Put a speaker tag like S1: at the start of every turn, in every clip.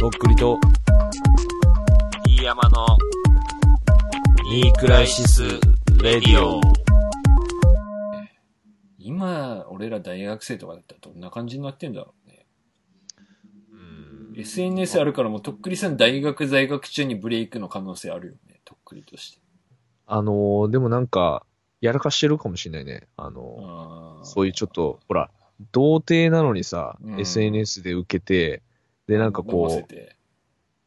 S1: とっくりと、
S2: 飯山の、
S1: ニークライシス・レディオ。
S3: 今、俺ら大学生とかだったらどんな感じになってんだろうね。
S2: うん。
S3: SNS あるからもうとっくりさん大学在学中にブレイクの可能性あるよね。とっくりとして。
S1: あのー、でもなんか、やらかしてるかもしれないね。あの
S3: あ
S1: ー、
S3: あ。
S1: そういうちょっと、ほら、童貞なのにさ、
S3: うん
S1: SNS で受けて、で、なんか
S3: 飲ませ
S1: こ
S3: て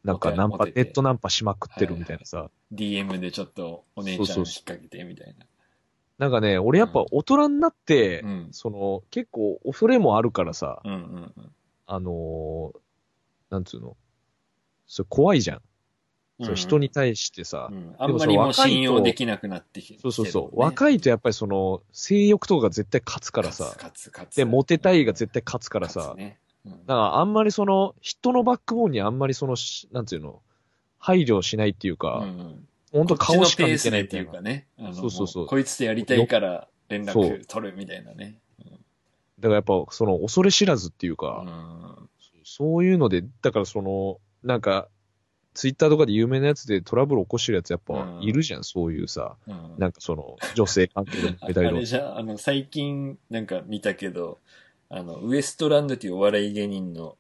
S1: う、なんかナン
S3: モ
S1: パ、
S3: テ
S1: ネ
S3: て
S1: ットナンパしまくってるみたいなさ。
S3: DM でちょっとお姉ちゃん
S1: そう
S3: 引
S1: そ
S3: っ
S1: う
S3: 掛けてみたいな。
S1: なんかね、俺やっぱ大人になって
S3: う、ん。
S1: その、結構恐れもあるからさ、
S3: うんうんうん。
S1: あのー、なんつうの、それ怖いじゃん。そう人に対してさ
S3: う、ん。あんまりもう信用できなくなってきてる
S1: そうそうそう、
S3: ね
S1: 若いとやっぱりその、性欲とかが絶対勝つからさ、
S3: 勝つ勝つ
S1: で、モテたいが絶対勝つからさ
S3: 勝つ、ね
S1: だ
S3: うん
S1: からあんまりその、人のバックボーンにあんまりその、しなんていうの、配慮しないっていう
S3: う
S1: か、
S3: んうん
S1: ほんと
S3: こっちの
S1: 顔しか見てない
S3: ペースでっていうかね。あの
S1: そうそうそう
S3: もこいつとやりたいから連
S1: そう
S3: 絡取るみたいなね。
S1: だからやっぱその、恐れ知らずっていう
S3: う
S1: か、
S3: ん。
S1: そういうので、だからその、なんか、ツイッターとかで有名なやつでトラブル起こしてるやつやっぱいるじゃん、そういうさ、
S3: うん
S1: なんかその、女性関係でも
S3: あ
S1: めた
S3: あれ
S1: りとか。
S3: じゃ、あの、最近なんか見たけど、あの、ウエストランドっていうお笑い芸人の、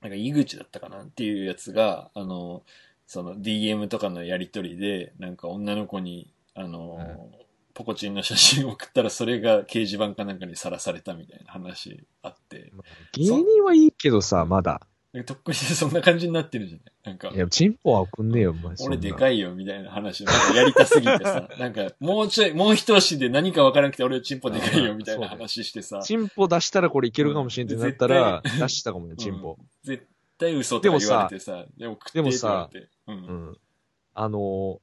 S3: なんか井口だったかなっていうやつが、あの、その DM とかのやりとりで、なんか女の子に、あの、ポコチンの写真を送ったらそれが掲示板かなんかにさらされたみたいな話あって、
S1: 芸人はいいけどさ、まだ。
S3: なんかとっくりでそんな感じになってるじゃないなんか
S1: い、や、チンポは送んねえよ、お前。
S3: 俺で
S1: い。
S3: かいよみたいな話をなんかやりたすぎて さ、なんかもうちょい、もう一押しで何かわからなくて俺チンポでかいよみたいな話してさ、
S1: チンポ出したらこれいけるかもしれんってなったら、出したかもね、チンポ。
S3: 絶対嘘とか言われてさ、でも食って
S1: でも
S3: って言わ
S1: さ
S3: れて。う。
S1: うんん。あのー、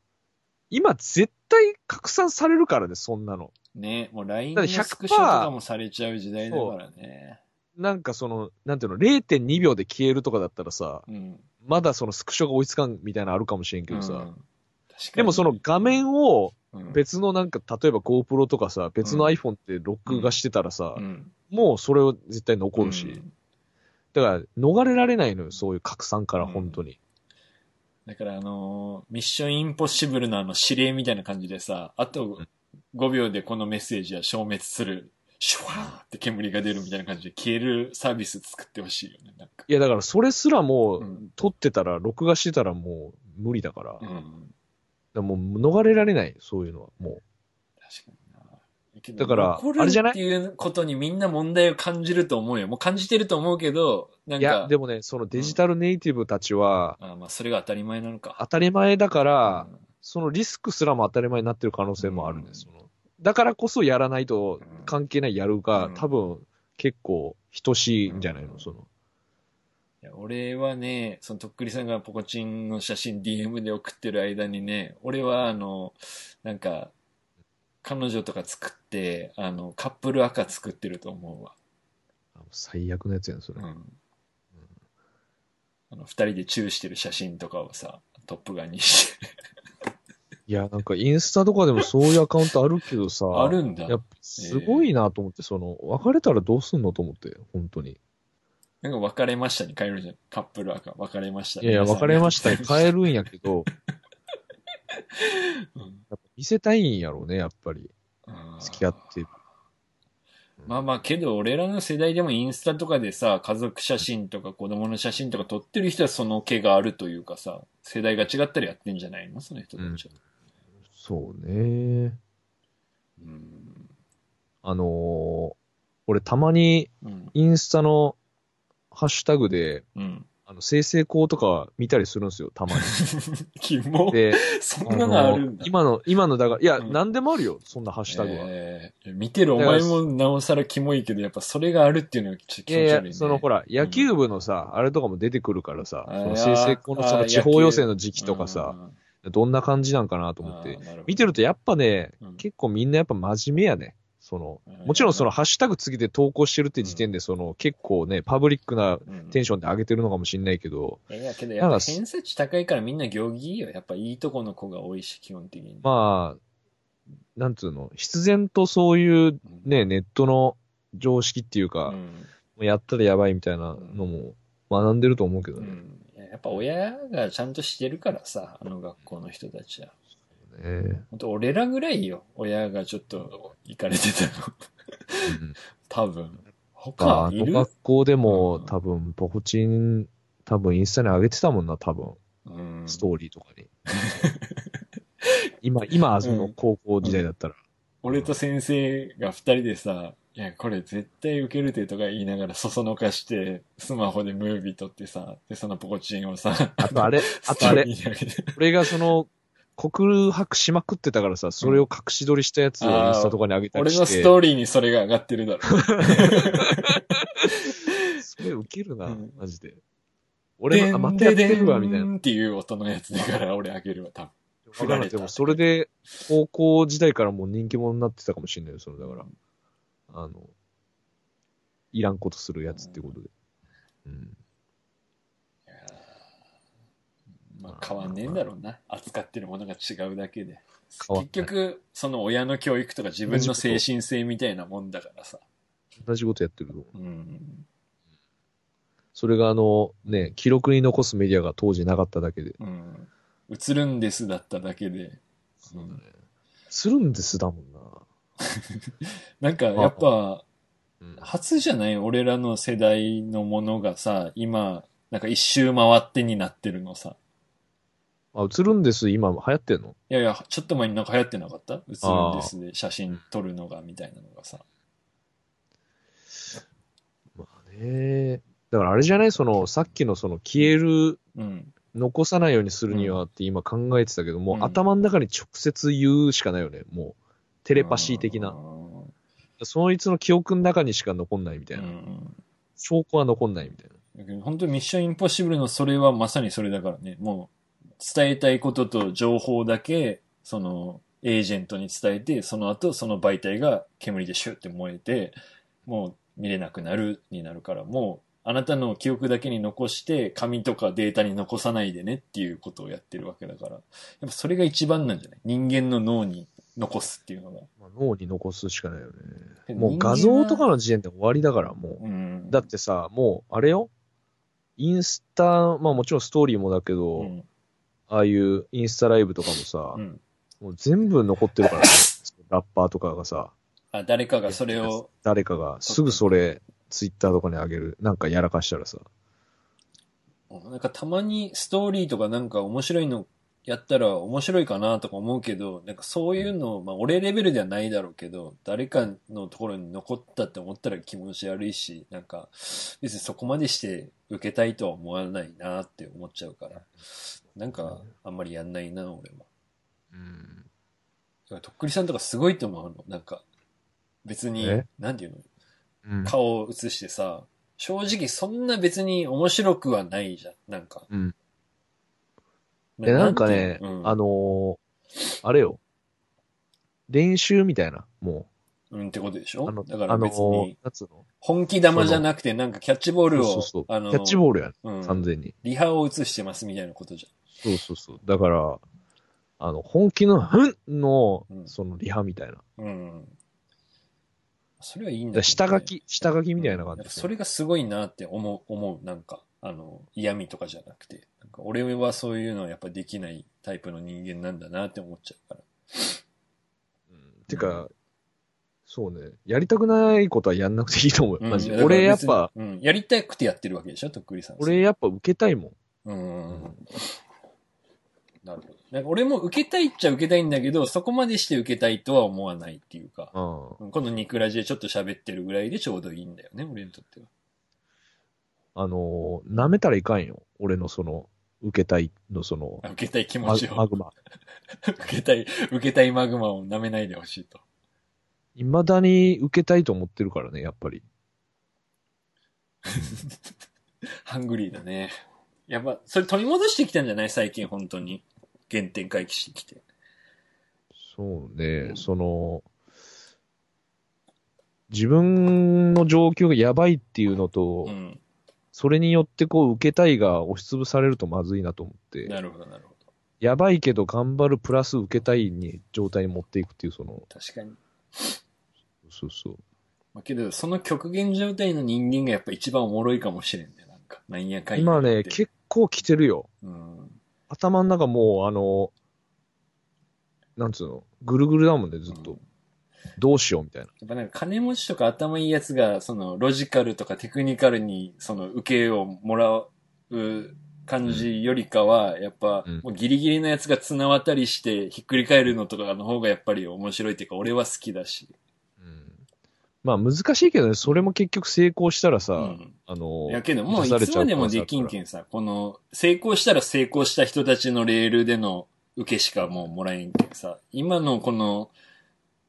S1: 今絶対拡散されるからね、そんなの。
S3: ねもう LINE
S1: だ
S3: の
S1: って100%
S3: スクショとかもされちゃう時代だからね。
S1: なんかその、なんていうの、0.2秒で消えるとかだったらさ、
S3: うん。
S1: まだそのスクショが追いつかんみたいなのあるかもしれんけどさ。
S3: うん確かに
S1: でもその画面を
S3: うん
S1: 別のなんか、例えば GoPro とかさ、別の iPhone って録画してたらさ、
S3: うん
S1: もうそれを絶対残るし。
S3: うん
S1: だから逃れられないのよ、そういう拡散から、本当に。
S3: だからあのーミッションインポッシブルのあの指令みたいな感じでさ、あと5秒でこのメッセージは消滅する。シュワーって煙が出るみたいな感じで消えるサービス作ってほしいよね。なんか。
S1: いや、だからそれすらも
S3: う、
S1: うん撮ってたら、録画してたらもう無理だから。
S3: う
S1: だか
S3: ん。
S1: らもう逃れられない、そういうのは。も
S3: 確かにな。
S1: だから
S3: 残る
S1: あれじゃない
S3: っていうことにみんな問題を感じると思うよ。もう感じてると思うけど、な
S1: う。
S3: ん
S1: いや
S3: か、、
S1: でもね、そのデジタルネイティブたちは、
S3: あまあ、それが当たり前なの
S1: 当
S3: か。
S1: たり前だから
S3: う、ん
S1: そのリスクすらも当たり前になってる可能性もあるん
S3: う
S1: で
S3: ん
S1: す。そのだからこそやらないと
S3: うん
S1: 関係ないやる
S3: う
S1: が
S3: ん、
S1: 多分結構等しいんじゃないの、その。
S3: いや俺はね、そのとっくりさんがポコチンの写真 DM で送ってる間にね、俺はあの、なんか、彼女とか作って、あの、カップル赤作ってると思うわ。
S1: あの最悪のやつやん、それ
S3: う。ん。あの、二人でチューしてる写真とかをさ、トップガンにして。。
S1: いや、なんかインスタとかでもそういうアカウントあるけどさ
S3: あるんだ。
S1: やっぱすごいなと思って、その、別れたらどうすんのと思って、本当に。
S3: なんか別れましたに変えるじゃん。カップル赤、別れました。
S1: いやいや、別れましたよ。
S3: え
S1: 変えるんやけど、
S3: うん
S1: やっぱ見せたいんやろうね、やっぱり。
S3: うん
S1: 付き合って。
S3: まあまあ、けど俺らの世代でもインスタとかでさ、家族写真とか子供の写真とか撮ってる人はその気があるというかさ、世代が違ったらやってんじゃないのその人たちは。
S1: そうね。
S3: うん。
S1: あのー俺たまに
S3: うん。
S1: インスタのハッシュタグで、
S3: うん。
S1: あの、生成校とか見たりするんですよ、たまに。
S3: キモ。
S1: で、
S3: そ
S1: あ
S3: んなのある
S1: の
S3: んだ。
S1: 今の、今の、だから、いや、
S3: うん
S1: 何でもあるよ、そんなハッシュタグは。
S3: えー見てるお前もなおさらキモいけど、やっぱそれがあるっていうのがちょっと
S1: い
S3: 気持ち悪い、ね。
S1: やいや、そのほら、野球部のさ、あれとかも出てくるからさ、
S3: あー
S1: その生成校のそ
S3: あ
S1: の
S3: ー
S1: 地
S3: 野球
S1: 方予選の時期とか
S3: う
S1: さ、
S3: ん、
S1: どんな感じなんかなと思って
S3: あー。なるほど
S1: 見てるとやっぱね、
S3: うん
S1: 結構みんなやっぱ真面目やね。その、もちろんそのハッシュタグつけて投稿してるって時点で、その結構ね、パブリックな
S3: うん
S1: テンションで上げてるのかもしんないけど、
S3: いやいやけど、や
S1: なん
S3: っぱ
S1: か
S3: 偏差値高いからみんな行儀いいよ。やっぱいいとこの子が多いし、基本的に。
S1: まあ、なんつうの、必然とそういう
S3: うん、
S1: ね、ネットの常識っていう
S3: う
S1: か、も
S3: ん。
S1: うやったらやばいみたいなのも学んでると思うけ
S3: う
S1: どね。
S3: ん。いややぱ親がちゃんとしてるからさ、あの学校の人たちは。
S1: ね。
S3: 本当俺らぐらいよ。親がちょっと行かれてた の。
S1: うん
S3: 多分。
S1: まあ、
S3: 他
S1: あ
S3: い
S1: の
S3: る
S1: 学校で
S3: う
S1: も
S3: ん
S1: 多分、ポコチン、多分インスタに上げてたもんな、多分、
S3: うん。
S1: ストーリーとか に。今、今、その高校時代だったら。
S3: 俺と先生が二人でさ、いや、これ絶対受けるてとか言いながらそそのかして、スマホでムービー撮ってさ、で、そのポコチンをさ、
S1: あ とあれ、あ
S3: スト
S1: とあ
S3: ー
S1: れ
S3: リ、ーに上げて。
S1: 俺がその、告白しまくってたからさ、それを隠し撮りしたやつをインスタとかに上げたり
S3: 俺
S1: して。
S3: のストーリーにそれが上がってるだろ。
S1: すごいウケるな、
S3: うん
S1: マジで。俺の、あ、またやってるわ、みたい
S3: でんで
S1: な。
S3: んっていう音のやつだから俺あげるわ、多分。振られた
S1: でも、それで、高校時代からもう人気者になってたかもしれないよ、それだから。あの、いらんことするやつってことで。うん。
S3: まあ変わんねえんだろうな。扱ってるものが違うだけで。
S1: 変わんな
S3: 結
S1: い
S3: 局、その親の教育とか自分の精神性みたいなもんだからさ。
S1: 同じことやってると。
S3: うん。
S1: それが、あの、ね、記録に残すメディアが当時なかっただけで。
S3: うん。映るんですだっただけで。うん
S1: するんですだもんな。
S3: なんか、やっぱ、
S1: うん
S3: 初じゃない俺らの世代のものがさ、今、なんか一周回ってになってるのさ。
S1: あ、映るんです、今、流行ってんの
S3: いやいや、ちょっと前になんか流行ってなかった映るんですで写真撮るのがみたいなのがさ。
S1: まあね。だからあれじゃないその、さっきのその、消える
S3: うん。
S1: 残さないようにするにはって今考えてたけど、もう
S3: うん
S1: 頭の中に直接言うしかないよね。もう、テ
S3: テ
S1: レパシー的
S3: う
S1: な。
S3: ん。
S1: そいつの記憶の中にしか残んないみたいな。証拠は残んないみたいな。
S3: だけど本当にミッションインポッシブルのそれはまさにそれだからね。もう、伝えたいことと情報だけ、その、エージェントに伝えて、その後、その媒体が煙でシュッて燃えて、もう見れなくなるになるから、もう、あなたの記憶だけに残して、紙とかデータに残さないでねっていうことをやってるわけだから、やっぱそれが一番なんじゃない人間の脳に残すっていうのが。
S1: まあ、脳に残すしかないよ
S3: え
S1: ね。もう画像とかの時点で終わりだから、もう。
S3: うん。
S1: だってさ、もう、あれよ。インスタ、まあもちろんストーリーもだけど、
S3: うん。
S1: ああいうインスタライブとかもさ、
S3: うん。
S1: もう全部残ってる からね。ラッパーとかがさ、
S3: あ、誰かがそれを、
S1: 誰かがすぐそれ、ツイッターとかに上げる。なんかやらかしたらさ。
S3: なんかたまにストーリーとかなんか面白いのやったら面白いかなとか思うけど、なんかそういうの、まあ俺レベルではないだろうけど、誰かのところに残ったって思ったら気持ち悪いし、なんか別にそこまでして受けたいとは思わないなって思っちゃうから、なんかあんまりやんないな、俺も。
S1: うん
S3: だからとっくりさんとかすごいと思うの、なんか別に
S1: え、
S3: なんていうの
S1: うん
S3: 顔を映してさ、正直そんな別に面白くはないじゃん、なんか。
S1: うんえ、なんかね、
S3: なんていうのうん
S1: あのーあれよ。練習みたいな、も
S3: うんってことでし
S1: う。
S3: ょ
S1: あの、
S3: だから
S1: あの
S3: 別に
S1: ー、、なんつうの
S3: 本気玉じゃなくて、なんかキャッチボールを、
S1: そうそうそう。
S3: あの、
S1: キャッチボールやん、
S3: うん
S1: 完全に。
S3: リハを映してますみたいなことじ
S1: そうそうそう。だから、あの、本気の、ふんの
S3: う、ん
S1: その、リハみたいな。だか
S3: ゃん。うん。それはいいんだけどね、
S1: ら下書き、下書きみたいな感
S3: うん
S1: じ
S3: んかそれがすごいなって思う、思う、なんか、あの、嫌味とかじゃなくて、なんか俺はそういうのはやっぱできないタイプの人間なんだなって思っちゃうから。
S1: うんてか、そうね。やりたくないことはやんなくていいと思うよ。
S3: うん
S1: マジ
S3: い
S1: で。
S3: やだから
S1: 俺やっ
S3: 別に
S1: ぱ、
S3: うん、やりたくてやってるわけでしょ、とっくりさん。
S1: 俺やっぱ受けたいもん。
S3: うんなるほど。なんか俺も受けたいっちゃ受けたいんだけど、そこまでして受けたいとは思わないっていうか、
S1: うん。
S3: このニクラジでちょっと喋ってるぐらいでちょうどいいんだよね、俺にとっては。
S1: あのー、舐めたらいかんよ。俺のその、受けたいのその、
S3: あ受けたい気持
S1: マ
S3: ち
S1: マ
S3: を、
S1: グマ。
S3: 受けたい、受けたいマグマを舐めないでほしいと。
S1: いまだに受けたいと思ってるからね、やっぱり。
S3: ハングリーだね。やっぱ、それ取り戻してきたんじゃない最近、本当に。原点回帰してきて。
S1: そうね、その、自分の状況がやばいっていうのと、
S3: うん。
S1: それによってこう、受けたいが押しつぶされるとまずいなと思って、
S3: なるほど、なるほど。
S1: やばいけど頑張るプラス受けたいに状態に持っていくっていう、その、
S3: 確かに。
S1: そうそう。
S3: まあ、けど、その極限状態の人間がやっぱ一番おもろいかもしれんね。なんか、なんやかんや言っ
S1: 今
S3: て。
S1: ね、結構来てるよ。
S3: うん。
S1: 頭の中もう、あの、なんつうの、ぐるぐるだもんね、ずっ
S3: うん
S1: と。どうしようみたいな。
S3: やっぱなんか金持ちとか頭いいやつが、そのロジカルとかテクニカルに、その受けをもらう感じよりかは、やっぱ
S1: うん、
S3: もうギリギリのやつが綱渡りしてひっくり返るのとかの方がやっぱり面白いっていうか、俺は好きだし。
S1: うん。まあ難しいけどね、それも結局成功したらさ、
S3: うん。
S1: あの
S3: い、やけど、もう
S1: 満
S3: い
S1: たされ
S3: つ
S1: ちゃ
S3: ま
S1: う
S3: でもできんけんさ、この、成功したら成功した人たちのレールでの受けしかもうもらえんけんさ、今のこの、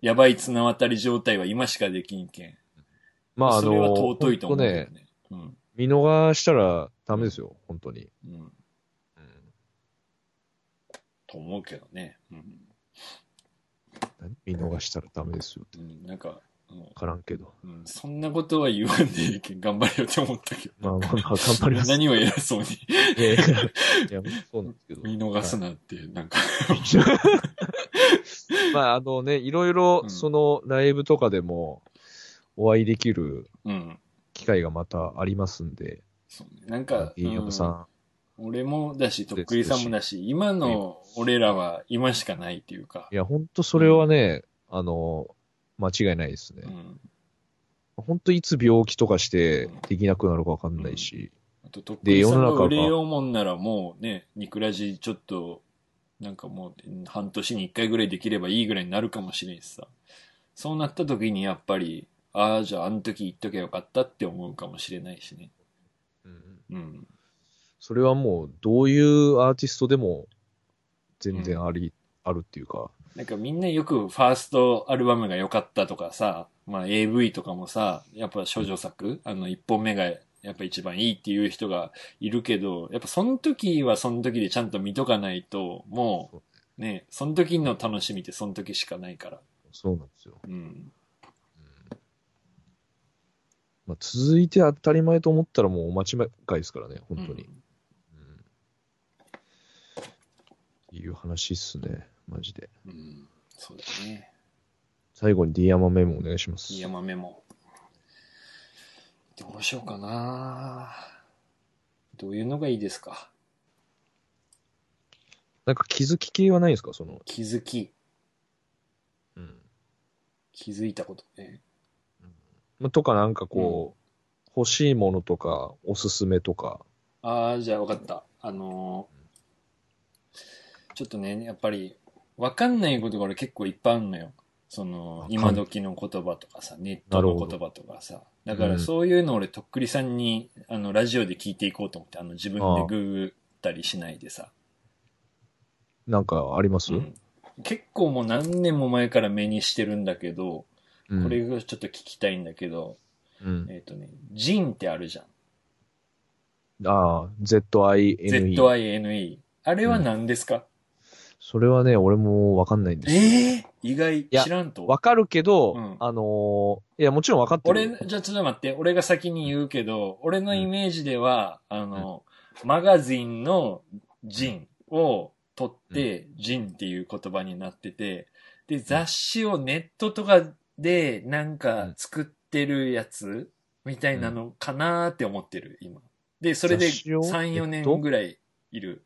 S3: やばい綱渡り状態は今しかできんけん。
S1: まああ
S3: それは
S1: の、
S3: 尊いと思う
S1: ほん
S3: けど
S1: とね、
S3: ね。うん。
S1: 見逃したらダメですよ、本当に。
S3: うん。
S1: うん
S3: と思うけどね。うん。
S1: 何見逃したらダメですよ。
S3: うん、なんか、も
S1: わからんけど。
S3: ううん、そんなことは言わんでいいけん、頑張れよって思ったけど。
S1: まあまあまあ、頑張ります。
S3: 何を偉そうに
S1: いやいやいや、そうなんですけど。
S3: 見逃すなって、なんか、
S1: まあ、あのね、い ろいろ
S3: う、ん
S1: その、ライブとかでも、お会いできる
S3: うん。
S1: 機会がまたありますんで、
S3: そうね。なん
S1: デ
S3: か、
S1: ィーヨムさん。
S3: うん、俺もだし、とっくりさんもだし、今の俺らは今しかないっていうか
S1: い、や、ほんとそれはね、あの、間違いないです
S3: う
S1: ね。
S3: ん。
S1: ほんといつ病気とかして
S3: うん
S1: できなくなるかわかんないし、
S3: あと、とっくりさん
S1: 世の
S3: が
S1: 中が
S3: 売れようもんならもうね、ニクラジちょっと、なんかもう、半年に一回ぐらいできればいいぐらいになるかもしれんしさ。そうなった時にやっぱり、ああ、じゃああの時言っときゃよかったって思うかもしれないしね。
S1: うん
S3: うん。
S1: それはもう、どういうアーティストでも、全然あり、あるっていうか、
S3: なんかみんなよくファーストアルバムが良かったとかさ、まあ AV とかもさ、やっぱ少女作、あの一本目がやっぱ一番いいっていう人がいるけど、やっぱその時はその時でちゃんと見とかないと、も
S1: そう
S3: ね、その時の楽しみってその時しかないから。
S1: そうなんですよ。
S3: うん。
S1: まあ、続いて当たり前と思ったらもうお間違いですからね、本当に。うんいう話っすね、マジで。
S3: うん。うん。そうだね。
S1: 最後に D 山メモお願いします。
S3: いい山メモ。どうしようかなどういうのがいいですか
S1: なんか気づき系はないんですかその、
S3: 気づき。
S1: うん
S3: 気づいたことね。
S1: まあとかなんかこう、欲しいものとか、おすすめとか。
S3: ああ、じゃあ分かった。あのーちょっとね、やっぱり、分かんないことが俺結構いっぱいあるのよ。その
S1: わ、かん
S3: 今時の言葉とかさ、ネットの言葉とかさ。だからそういうの俺、とっくりさんに、あの、ラジオで聞いていこうと思って、あの、自分
S1: あ
S3: で
S1: あ
S3: グーったりしないでさ。
S1: なんかあります、
S3: うん結構もう何年も前から目にしてるんだけど、
S1: うん
S3: これがちょっと聞きたいんだけど、
S1: うん
S3: えっ、とね、ジンってあるじゃん。
S1: ああ、ZINE。
S3: ZINE。あれは何ですか、
S1: それはね、俺もわかんないんですよ
S3: ええ意外、
S1: や
S3: 知らんと。
S1: わかるけど、
S3: うん
S1: あのーいや、もちろんわかって
S3: 俺
S1: る。、
S3: じゃあちょっと待って、俺が先に言うけど、俺のイメージでは、あの、マガジンのジンを取って、ジンっていう言葉になってて、で、雑誌をネットとかでなんか作ってるやつみたいなのかなーって思ってる、今。で、それで
S1: 雑誌を
S3: 3、4
S1: ネット
S3: 年ぐらいいる。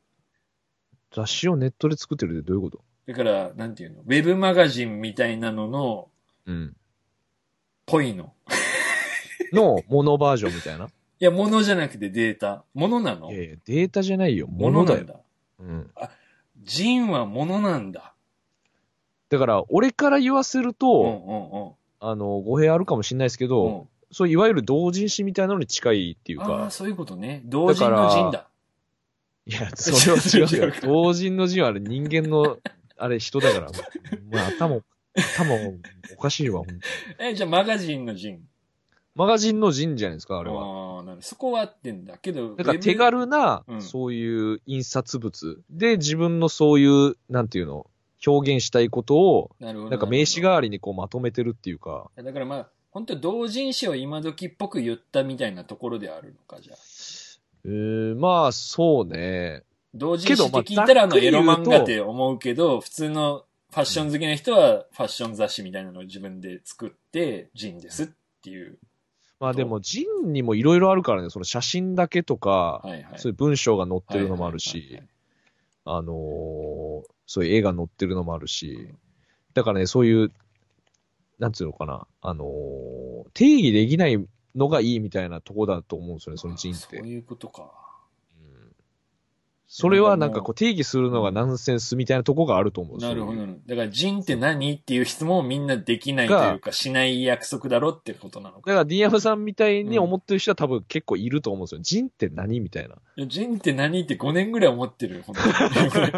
S1: 雑誌をネットで作ってるってどういうこと
S3: だから、なんていうのウェブマガジンみたいなのの、
S1: うん。
S3: ぽいの。
S1: の、モノバージョンみたい な。
S3: いや、ものじゃなくてデータ。ものなの
S1: いやいや、データじゃないよ。モ
S3: もの
S1: ノだ
S3: な
S1: よ。
S3: んだ。
S1: うん。
S3: ジンはものなんだ。
S1: だから、俺から言わせると、
S3: うんうんうん。
S1: あの、語弊あるかもしれないですけど、
S3: うん
S1: そういわゆる同人誌みたいなのに近いっていう
S3: ああ、
S1: か、
S3: そういうことね。同人のジンだ。
S1: い や、それは違う
S3: 違
S1: よ
S3: う。か
S1: 同人の字はあれ人間の、あれ人だから、まあ、頭、頭おかしいわ、ほんと
S3: え、じゃあマガジンのジン。
S1: マガジンの人じゃないですか、あ
S3: あ
S1: れは。
S3: あーなるそこは合ってんだけど。
S1: だから手
S3: ウ
S1: 軽な
S3: う、ん
S1: そういう印刷物で自分のそういう、なんていうの、表現したいことを、
S3: ェブ。なるほど。
S1: なんか名刺代わりにこうまとめてるっていうか、
S3: なるほど。だからまあ、本当同人誌を今時っぽく言ったみたいなところであるのか、じゃあ。
S1: うーん、まあ、そうね。
S3: 同人誌っ
S1: け
S3: て
S1: どまあ
S3: 聞いたら
S1: ざ
S3: あの
S1: っくり
S3: エロ
S1: 言うと
S3: 漫画って思うけど、普通のファッション好きな人はファッション雑誌みたいなのを自分で作って、ジンですっていう。
S1: まあでも、ジンにもいろいろあるからね、その写真だけとか、
S3: はいはい。
S1: そういう
S3: う
S1: 文章が載ってるのもある
S3: はいはい
S1: し
S3: はい、
S1: あのーそういう絵が載ってるのもあるし、だからね、そういう、なんつうのかな、あのー定義できないのがいいみたいなとこだと思うんですよね、その人っ
S3: そ
S1: て。
S3: ういうことか。
S1: うんそれはなんかこう定義するのがナンセンスみたいなとこがあると思う。
S3: なるほ
S1: そうい
S3: ど
S1: う。
S3: だから、人って何っていう質問をみんなできないというか、しない約束だろってことなのか。
S1: だから DM さんみたいに思ってる人は多分結構いると思うんですよ。人って何みた いな。
S3: 人って何って5年ぐらい思ってるよ、 本当に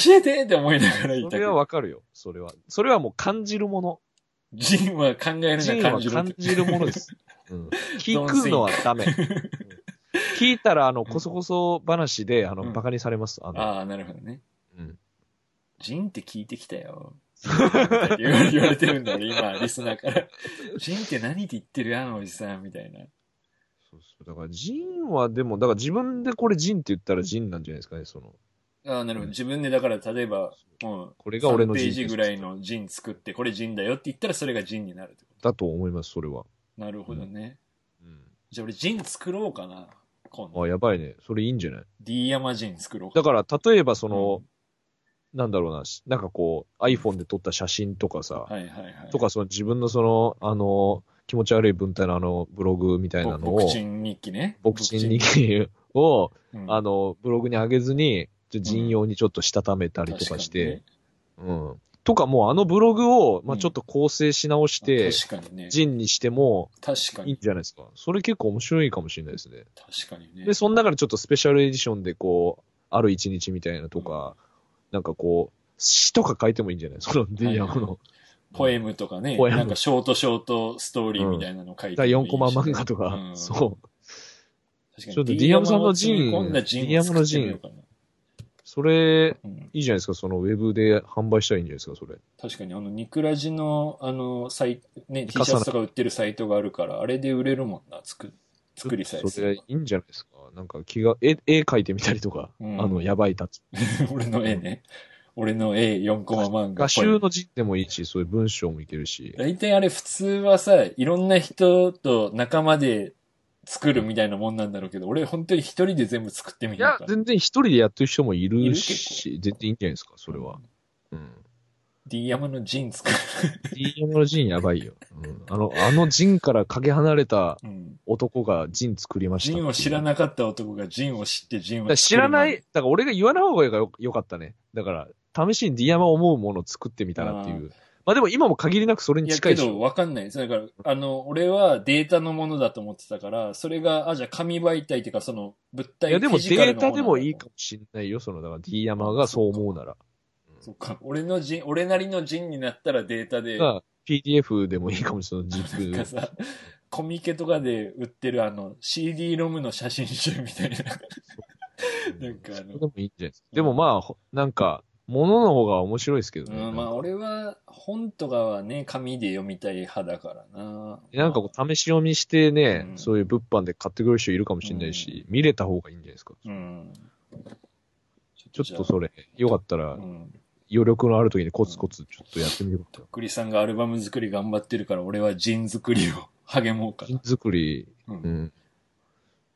S3: 教えてって思いながら言い
S1: そ
S3: た
S1: れ
S3: け
S1: は
S3: ど。
S1: わかるよ。それは。それはもう感じるもの。
S3: 人は考える
S1: 人
S3: な
S1: は
S3: 感じるっ
S1: 感
S3: て。
S1: じるもの です。うん、聞くのはダメ。うん聞いたら、あの、こそこそ話で、あの、
S3: うん
S1: 馬鹿にされます。あの、
S3: ああ、なるほどね。
S1: うん
S3: 人って聞いてきたよ。って言われ言われてるんだ俺、今、リスナーから。人って何って言ってるあのおじさん、みたいな。
S1: そうそうだから、人はでも、だから自分でこれ人って言ったら人なんじゃないですかね、その。
S3: ああ、なるほ
S1: うん
S3: ど。自分で、だから、例えば、もう、
S1: これが俺の
S3: 3ペ
S1: 人
S3: ージぐらいの人作って、これ人だよって言ったら、それが人になるってこ
S1: だと思います、それは。
S3: と。なるほどね。
S1: うん。
S3: じゃあ、俺、人作ろうかな。今度。
S1: あ、やばいね。それいいんじゃない
S3: D 山人作ろう
S1: だ
S3: か
S1: から、例えばそ
S3: ら
S1: の、なんだろうな、しなんかこう、iPhone で撮った写真とかさ、
S3: はいはいはい。
S1: とか、その自分のその、あの、気持ち悪い文体のあの、ブログみたいな
S3: ぼ、
S1: の
S3: ボ
S1: を
S3: ク、チン日記ね。
S1: ボクチン日記を、
S3: ボクチン、うん
S1: あの、ブログに上げずに、ちょ人用にちょっとしたためたりとかして、。うん。とかもうあのブログを、まあ
S3: うん
S1: ちょっと構成し直し
S3: 確かにね
S1: て、
S3: 確かにね。
S1: 人にしても
S3: 確か
S1: いいん
S3: に。
S1: じゃないですか。それ結構面白いかもしれないですね。
S3: 確かにね。
S1: で、その中でちょっとスペシャルエディションでこう、ある一日みたいなとか、なんかこう、詩とか書いてもいいんじゃない その DM の。
S3: ポエムとかね、
S1: ポエム
S3: なんかショートショートストーリーみたいなの書いても
S1: 第
S3: いいし
S1: 4コマ漫画とか、
S3: うん
S1: そう。
S3: 確かに
S1: ちょっと DM さんの陣
S3: DM を積み込んだ陣
S1: DM
S3: 作ってみようかな
S1: それ、
S3: うん
S1: いいじゃないですか。そのウェブで販売したらいいんじゃないですか、それ。
S3: 確かに、あの、ニクラジの、あの、サイト、
S1: 重
S3: ね、
S1: な
S3: T シャツとか売ってるサイトがあるから、あれで売れるもんな、作、作りさえす
S1: それ
S3: れ
S1: い
S3: ば。
S1: いんじゃないですか。なんか気が、絵、絵描いてみたりとか、
S3: うん
S1: あの、やばいたち。
S3: 俺の絵ね。俺の絵4コマ漫画。
S1: 画集の字でもいいし、そういう文章もいけるし。
S3: 大体あれ普通はさ、いろんな人と仲間で作るみたいなもんなんだろうけど、俺本当に一人で全部作ってみ
S1: い
S3: よ
S1: や
S3: うか、な。
S1: 全然一人でやってる人もい
S3: い
S1: る
S3: る
S1: し、全然いいんじゃないですか、それは。うん。
S3: D 山の陣作る。
S1: DM の陣やばいよ。うん。あの、あの陣からかけ離れた
S3: うん。
S1: 男が陣作りました。
S3: ジンを知らなかった男がジンを知ってジン
S1: だ
S3: を
S1: から知らない、
S3: 作
S1: だから俺が言わない方がよよかったね。だから、試しに DM を思うものを作ってみたらっていう。まあでも今も限りなくそれ
S3: る
S1: に
S3: まで。いや
S1: 近い
S3: け
S1: でしょ
S3: ど、。わかんない。それだから、あの、俺はデータのものだと思ってたから、それが、あ、じゃあ紙媒体っていうか、その、物体
S1: いやでもデ
S3: フィジカル
S1: ー
S3: のも
S1: タ
S3: のだ
S1: でもいいかもしんないよ、その、だから D 山がそう思うなら。
S3: そっか。俺のジン、俺なりのジンになったらデータで、
S1: が PDF でもいいかもしれない、
S3: なんか
S1: 実
S3: さ、コミケとかで売ってるあの、CD ロムの写真集みたいな。なんかあ
S1: それで
S3: の
S1: もいいんじゃないですか。でもまあほ、なんか、ものの方が面白いですけどね。
S3: うん、まあ俺は本とかはね、紙で読みたい派だからな。
S1: なんかこう、試し読みしてね、
S3: うん
S1: そういう物販で買ってくる人いるかもしれないし、見れた方がいいんじゃないですか。
S3: うん。
S1: ちょっとそれ、よかったら
S3: う、ん。
S1: 余力のある時にコツコツちょっとやってみてくださ
S3: 栗さんがアルバム作り頑張ってるから、俺はジン作りを励もうか
S1: い。
S3: な
S1: 人。作り、う
S3: う。
S1: んん。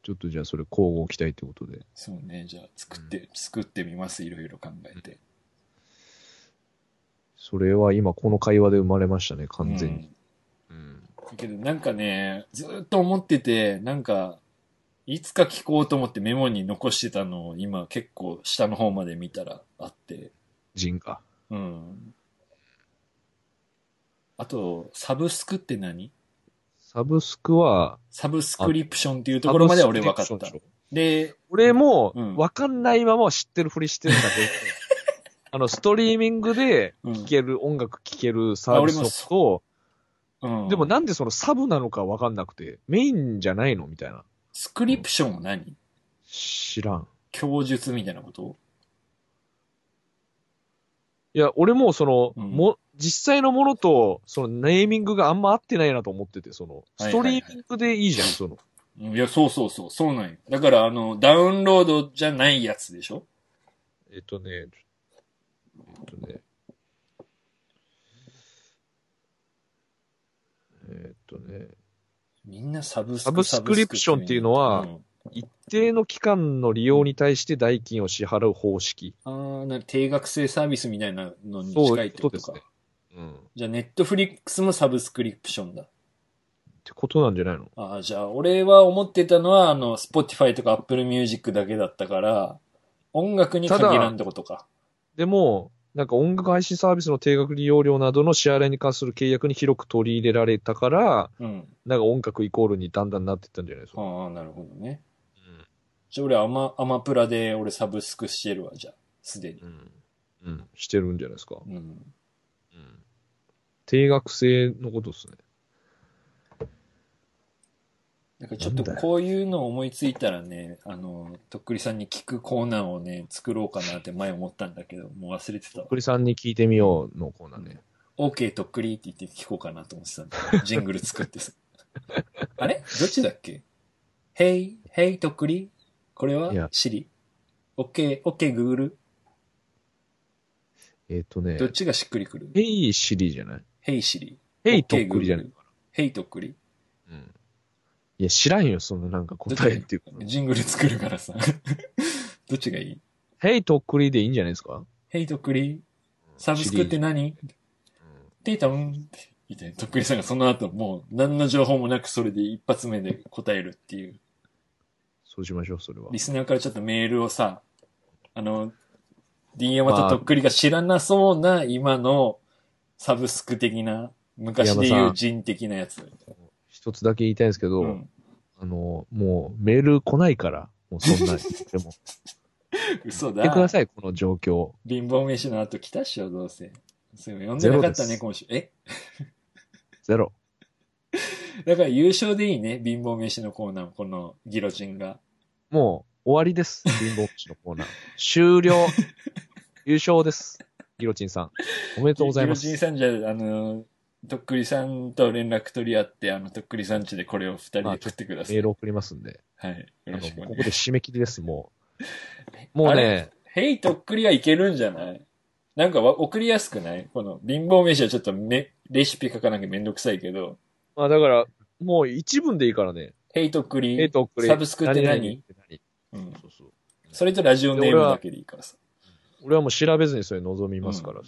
S1: ちょっとじゃあそれ、交互期待ってことで。
S3: そうね。じゃあ、作って、作ってみます。いろいろ考えて。
S1: それは今、この会話で生まれましたね、完全に。うん
S3: うん。けど、なんかね、ずーっと思ってて、なんか、いつか聞こうと思ってメモに残してたのを今結構下の方まで見たらあって。
S1: 人が。
S3: うん。あと、サブスクって何
S1: サブスクは、
S3: サブスクリプションっていうところまでは俺分かっ
S1: サブスクリプションで
S3: た
S1: しょ。
S3: で、
S1: 俺も
S3: うん、
S1: わかんないまま知ってるふりしてるんだ けど、あの、ストリーミングで
S3: うん
S1: 聴ける、音楽聴けるサービスを、
S3: うん、
S1: でもなんでそのサブなのかわかんなくて、メインじゃないのみたいな。
S3: スクリプションは何
S1: 知らん。
S3: 供述みたいなこと
S1: いや、俺もその、
S3: うん
S1: も、実際のものと、そのネーミングがあんま合ってないなと思ってて、その、
S3: は
S1: ス
S3: い
S1: ト
S3: はいはい
S1: リーミングでいいじゃん、その。
S3: うんいや、そうそうそう、そうなんよ。だから、あの、ダウンロードじゃないやつでしょ
S1: えっとね、ちょえっとね。えっとね。
S3: みんなサブスク
S1: サブスクリプションっていうのは
S3: うん
S1: 一定の期間の利用に対して代金を支払う方式。
S3: あーな定額制サービスみたいなのに
S1: そう
S3: 近
S1: い
S3: いうって
S1: こ
S3: こと
S1: です
S3: とか。
S1: ね。うん。っ
S3: じゃあ、ネットフリックスもサブスクリプションだ。
S1: てことなんじゃないの
S3: ああ、じゃあ、俺は思ってたのは、あの、Spotify とか Apple Music だけだったから、音楽に限らんってことか。
S1: でも、なんか音楽配信サービスの定額利用料などの支払いに関する契約に広く取り入れられたから、
S3: うん。
S1: なんか音楽イコールにだんだんなってったんじゃないですか。
S3: ああ、なるほどね。
S1: うん
S3: じゃあ、俺アマ、アマプラで俺サブスクしてるわ、じゃあ、すでに。
S1: うん。うん。してるんじゃないですか。
S3: うん。
S1: うん。定額制のことですね。
S3: なんかちょっとこういうのを思いついたらね、あの、とっくりさんに聞くコーナーをね、作ろうかなって前思ったんだけど、もう忘れてたわ。
S1: 栗さんに聞いてみようのコーナーね。
S3: OK とっくりって言って聞こうかなと思ってたんだ けどジングル作ってさ。あれどっちだっけ ?Hey, hey とっくりこれはい
S1: や
S3: Siri?OK, OK, OK Google?
S1: えっ、とね
S3: ど、っちがしっくりくる
S1: ヘイシリじゃない
S3: ?Hey Siri?
S1: ヘイとっくりじゃない、
S3: Hey とっくり
S1: うん。いや、知らんよ、そのなんか答えっていうか。
S3: ジングル作るからさ。 どっちがいい
S1: ヘイとっくりでいいんじゃないですか
S3: ?Hey とっくりサブスクって何テータンって言って、とっくりさんがその後もう何の情報もなくそれで一発目で答えるっていう。
S1: そうしましょう、それは
S3: リ。スナーからちょっとメールをさ、あの、D 山ととっくりが知らなそうな今のサブスク的な、昔
S1: 山
S3: でい
S1: さ
S3: うん人的なやつ。
S1: 一つだけ言いたいんですけど、
S3: うん。
S1: あの、もうメール来ないから、もうそんなに。で も、
S3: 嘘
S1: 言ってくだ
S3: だ。
S1: さい、この状況。
S3: 貧乏飯の後来たっしょ、どうせ。そう読んでなかった
S1: ゼロで
S3: ね、
S1: す
S3: 今週。え
S1: ゼロ。
S3: だから優勝でいいね、貧乏飯のコーナー、このギロチンが。
S1: もう終わりです、貧乏口のコーナー。終了。優勝です。ギロチンさん。おめでとうございま
S3: ギロチン
S1: す。
S3: さんじゃ、あの、とっくりさんと連絡取り合って、あの、とっくりさん家でこれを二人で食ってくださ
S1: メー
S3: い。
S1: ル送りますんで。
S3: はい。
S1: あ
S3: よ
S1: の
S3: ろしくお願いします
S1: ここで締め切りです、もう。もう
S3: あ
S1: ね
S3: れ、ヘイとっくりはいけるんじゃないなんかわ送りやすくないこの貧乏飯はちょっとめレシピ書かなきゃめんどくさいけど、
S1: まあだから、もう一文でいいからね。
S3: ヘイとっくり、
S1: えっと、これ。
S3: サブスクって何
S1: 何
S3: うん、
S1: そうそう。
S3: それとラジオネームだけでいいからさ。
S1: 俺はもう調べずにそれ望みますから。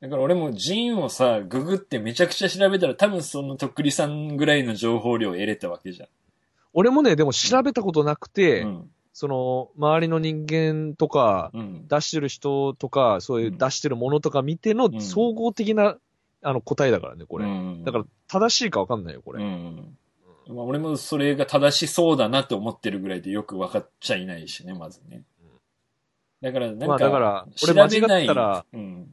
S3: だから俺もジンをさ、ググってめちゃくちゃ調べたら多分そのとっくりさんぐらいの情報量を得れたわけじゃ
S1: 俺もね、でも調べたことなくて、
S3: ん。うん。
S1: その、周りの人間とか、
S3: うん。
S1: 出してる人とか、そういう
S3: うん
S1: 出してるものとか見て
S3: う
S1: の
S3: ん
S1: 総合的な、あの答えだからね、これ。
S3: うん、
S1: だから、正しいかわかんないよ、こ
S3: う
S1: れ。
S3: ん。まあ、俺もそれが正しそうだなと思ってるぐらいでよく分かっちゃいないしね、まずね。だから、なんか、
S1: まあだから
S3: 調べ
S1: 俺
S3: な
S1: 間違
S3: い
S1: ったら
S3: うん。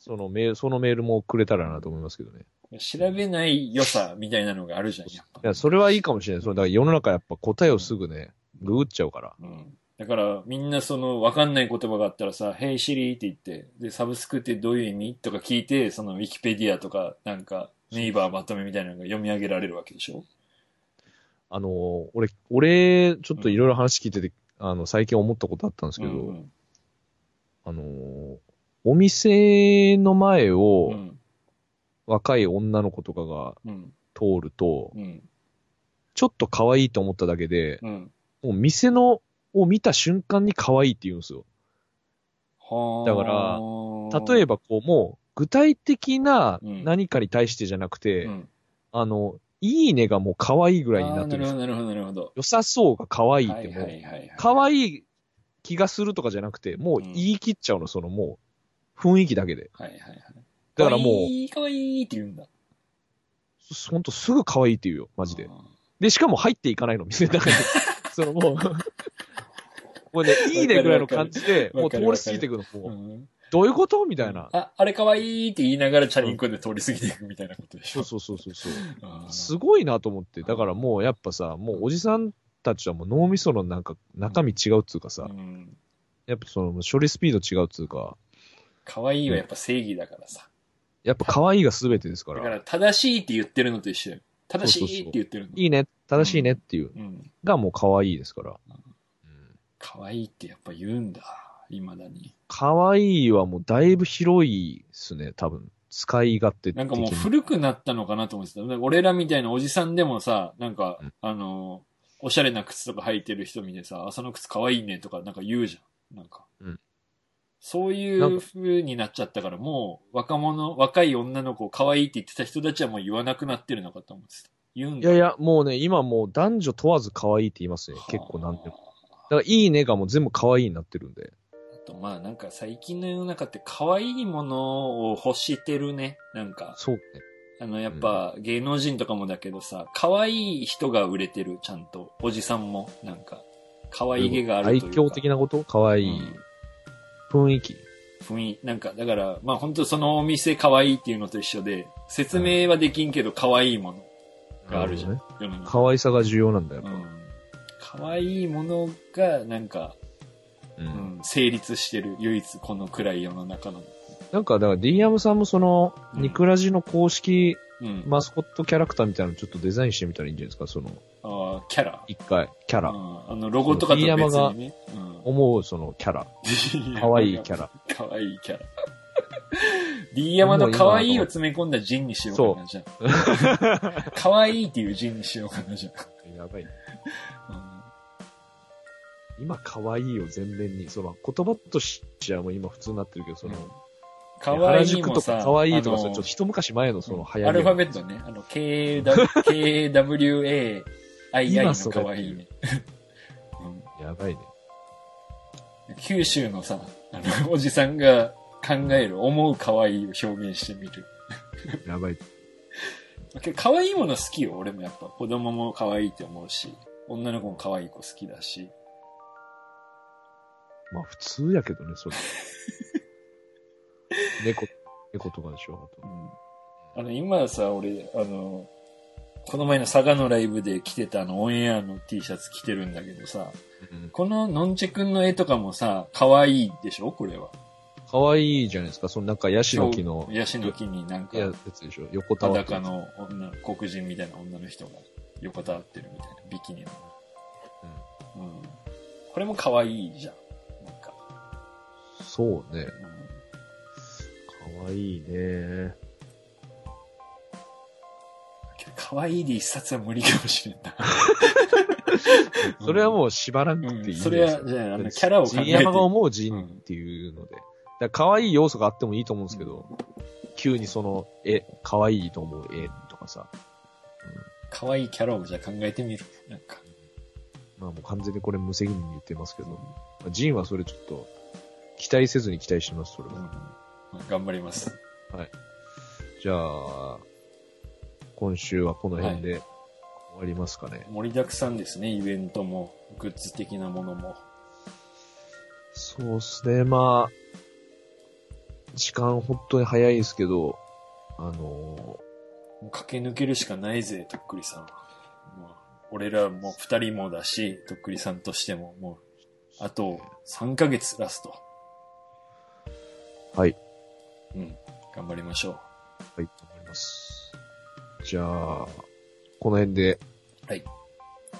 S1: そのメール、そのメールもくれたらなと思いますけどね。
S3: 調べない良さみたいなのがあるじゃん、やっぱ。
S1: いや、それはいいかもしれない。そのだから世の中やっぱ答えをすぐね、ググっちゃうから。
S3: うん。だから、みんなその、わかんない言葉があったらさ、Hey Siri って言って、で、サブスクってどういう意味とか聞いて、その、ウィキペディアとか、なんか、ネイバーまとめみたいなのが読み上げられるわけでしょ
S1: あのー、俺、俺、ちょっといろいろ話聞いてて、あの、最近思ったことあったんですけど、
S3: うん
S1: あのー、お店の前
S3: うん。う
S1: を
S3: ん。
S1: 若い女の子とかが
S3: うん。
S1: 通ると、
S3: うん。
S1: ちょっと可愛いと思っただけで、
S3: うん。
S1: もう店のを見た瞬間に可愛いって言うんですよ。
S3: は
S1: だから例え
S3: ば、
S1: ばこう、もう具体的な
S3: うん
S1: 何かに対してじゃなくて、
S3: うん。
S1: あの、いいねがもう可愛いぐら
S3: あ
S1: いにな
S3: ー
S1: って
S3: な
S1: るんですよ。
S3: るほど、なるほど、なるほど。
S1: 良さそうが可愛いっ
S3: は
S1: て
S3: い
S1: もう、
S3: はいはい。
S1: 可
S3: い。
S1: 愛い気がするとかじゃなくて、もう
S3: うん
S1: 言い切っちゃうの、そのもう、雰囲気だけで。
S3: はいはいはい。
S1: だからもう
S3: かわいい、かわいいって言うんだ。
S1: そほんとすぐ可愛いって言うよ、マ
S3: マ
S1: ジで。。で、しかも入っていかないの、店の中 に。そのもう、 もうね、いいねぐらいの感じで、も
S3: わ
S1: う通
S3: かる
S1: り
S3: わかる
S1: 過ぎていくの、
S3: う
S1: もう、
S3: ん。
S1: どういうことみたいな。
S3: あ、あれかわいいって言いながらチャリンコで通り過ぎていくみたいなことでし
S1: そう
S3: ょ。
S1: そうそうそうそう。
S3: あー
S1: すごいなと思って、だからもうやっぱさ、もうおじさんたちはもう脳みそのなんか中身違うっつうかさ
S3: う、ん。
S1: やっぱその処理スピード違うっつうか、
S3: かわいいはやっぱ正義だからさ。
S1: やっぱ可愛いが全てですか、
S3: だからら正しいって言ってるのと一緒だよ。正
S1: そうそう
S3: しい
S1: そう
S3: って言ってるの。
S1: いいね、正しいねっていう
S3: うん。
S1: がもう可愛いですから。
S3: かわいいってやっぱ言うんだ。いまだに。
S1: 可愛いはもうだいぶ広いっすね、多分。使い勝手的
S3: なん
S1: に
S3: かもう古くなったのかなと思ってた。なんか俺らみたいなおじさんでもさ、なんか、
S1: うん
S3: あの、おしゃれな靴とか履いてる人見てさ、あその靴可愛いねとかなんか言うじゃん。なんか。
S1: うん
S3: そうい
S1: なん
S3: う
S1: か
S3: 風になっちゃったから、もう若者、若い女の子を可愛いって言ってた人たちはもう言わなくなってるのかと思ってた。言うん
S1: い
S3: だ。
S1: やいや、もうね、今もう男女問わず可愛いって言いますね
S3: はあ、。
S1: 結構なんでも。だから、いいねがもう全部可愛いになってるんで。
S3: あとまあなんか最近の世の中って可愛いものを欲してるね。なんか。
S1: そうね。
S3: あの、やっぱ、芸能人とかもだけどさ、可愛い人が売れてる、ちゃんと。おじさんも、なんか、可愛げがある
S1: 愛
S3: というか。
S1: 嬌的なこと可愛い、雰囲気。
S3: うん雰囲気、なんか、だから、まあ本当そのお店可愛いっていうのと一緒で、説明はできんけど、可愛いものがあるじゃん。
S1: なる
S3: 世の中。
S1: 可愛さが重要なんだよ。やっ
S3: うん可愛いものが、なんか、
S1: ぱう
S3: うんん、成立してる。唯一、この暗い世の中の。
S1: なんか、だから、ディアムさんもその、
S3: うん
S1: ニクラジの公式
S3: うん。
S1: マスコットキャラクターみたいなのちょっとデザインしてみたらいいんじゃないですか、その、
S3: あーキャラ。
S1: 一回、キャ
S3: うん
S1: ラ。
S3: あの、ロゴとかと別にね。うん
S1: 思う、そのキャラ。可愛いキャラ。
S3: 可愛いキャラ。D 山の可愛いを詰め込んだジンにしようかな、じゃあ。可愛いっていうジンにしようかな、じゃ
S1: やばいね。
S3: あ。
S1: 今、可愛いを前面に、その、言葉としてはもう今普通になってるけど、その、
S3: 可
S1: 原
S3: 愛い
S1: 宿
S3: も
S1: と
S3: さ
S1: か、可愛いとかさ、
S3: あ
S1: ちょ
S3: の
S1: っと一昔前のその流行り
S3: ア
S1: は
S3: ルファベットね。あの、K、KWAII
S1: 今そ
S3: の
S1: れ
S3: 可愛いね。うん
S1: やばいね。
S3: 九州のさ、あの、おじさんが考える、思う可愛いを表現してみる。
S1: やばい。
S3: けど可愛いもの好きよ、俺もやっぱ。子供も可愛いって思うし、女の子も可愛い子好きだし。
S1: まあ普通やけどね、そ れ。猫、猫とかでしょ、あと。
S3: あの、今さ、俺、あの、この前の佐賀のライブで着てたあの、オンエアの T シャツ着てるんだけどさ、こののんちくんの絵とかもさ、可愛いでしょこれは。
S1: 可愛いじゃないですか、そのなんかヤシの木の、
S3: ヤシの木になん
S1: いや
S3: か、
S1: やつでしょ、横たわって
S3: 裸。の女、黒人みたいな女の人が横たわってるみたいな、ビキニの。うん。これも可愛いじゃん。なんか。
S1: そうね。
S3: うん
S1: 可愛いね。。
S3: けど可愛いで一冊は無理かもしれんな
S1: それは
S3: う
S1: もう縛らなくていいん
S3: ん、
S1: ですよ
S3: それは、じゃあ、あの、キャラを考え
S1: ジン
S3: て。
S1: ヤマが思うジンっていうので。だから可愛い要素があってもいいと思うんですけど、急にその、え、可愛いと思う絵とかさ。
S3: 可愛いキャラをじゃあ考えてみる。なんか。
S1: まあもう完全にこれ無責任に言ってますけど、まあジンはそれちょっと、期待せずに期待してます、それ
S3: うん
S1: は。
S3: 頑張ります。
S1: じゃあ、今週はこの辺で終わりますかね。
S3: 盛りだくさんですね、イベントも、グッズ的なものも。
S1: そうっすね、まあ、時間本当に早いですけど、あの
S3: もう駆け抜けるしかないぜ、とっくりさんは。もう俺らも二人もだし、とっくりさんとしても、もう、あと3ヶ月ラスト。
S1: ーはい、
S3: うん。頑張りましょう。
S1: はい、頑張ります。じゃあ、この辺で、
S3: はい
S1: 終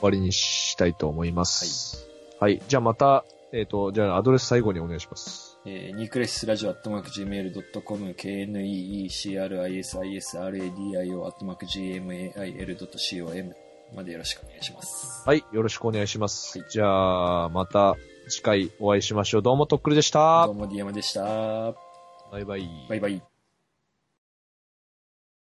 S1: わりにしたいと思います。はい、じゃあまた、えっ、と、じゃあアドレス最後にお願いします。
S3: えーニークレシスラジオアットマーク Gmail.com、KNEECRISISRADIO アットマーク GMAIL.com までよろしくお願いします。
S1: はい、よろしくお願いします。
S3: はい
S1: じゃあ、また次回お会いしましょう。どうもとっくるでし
S3: ど
S1: た
S3: う。も DM でした。
S1: バイバイ。
S3: バイバイ。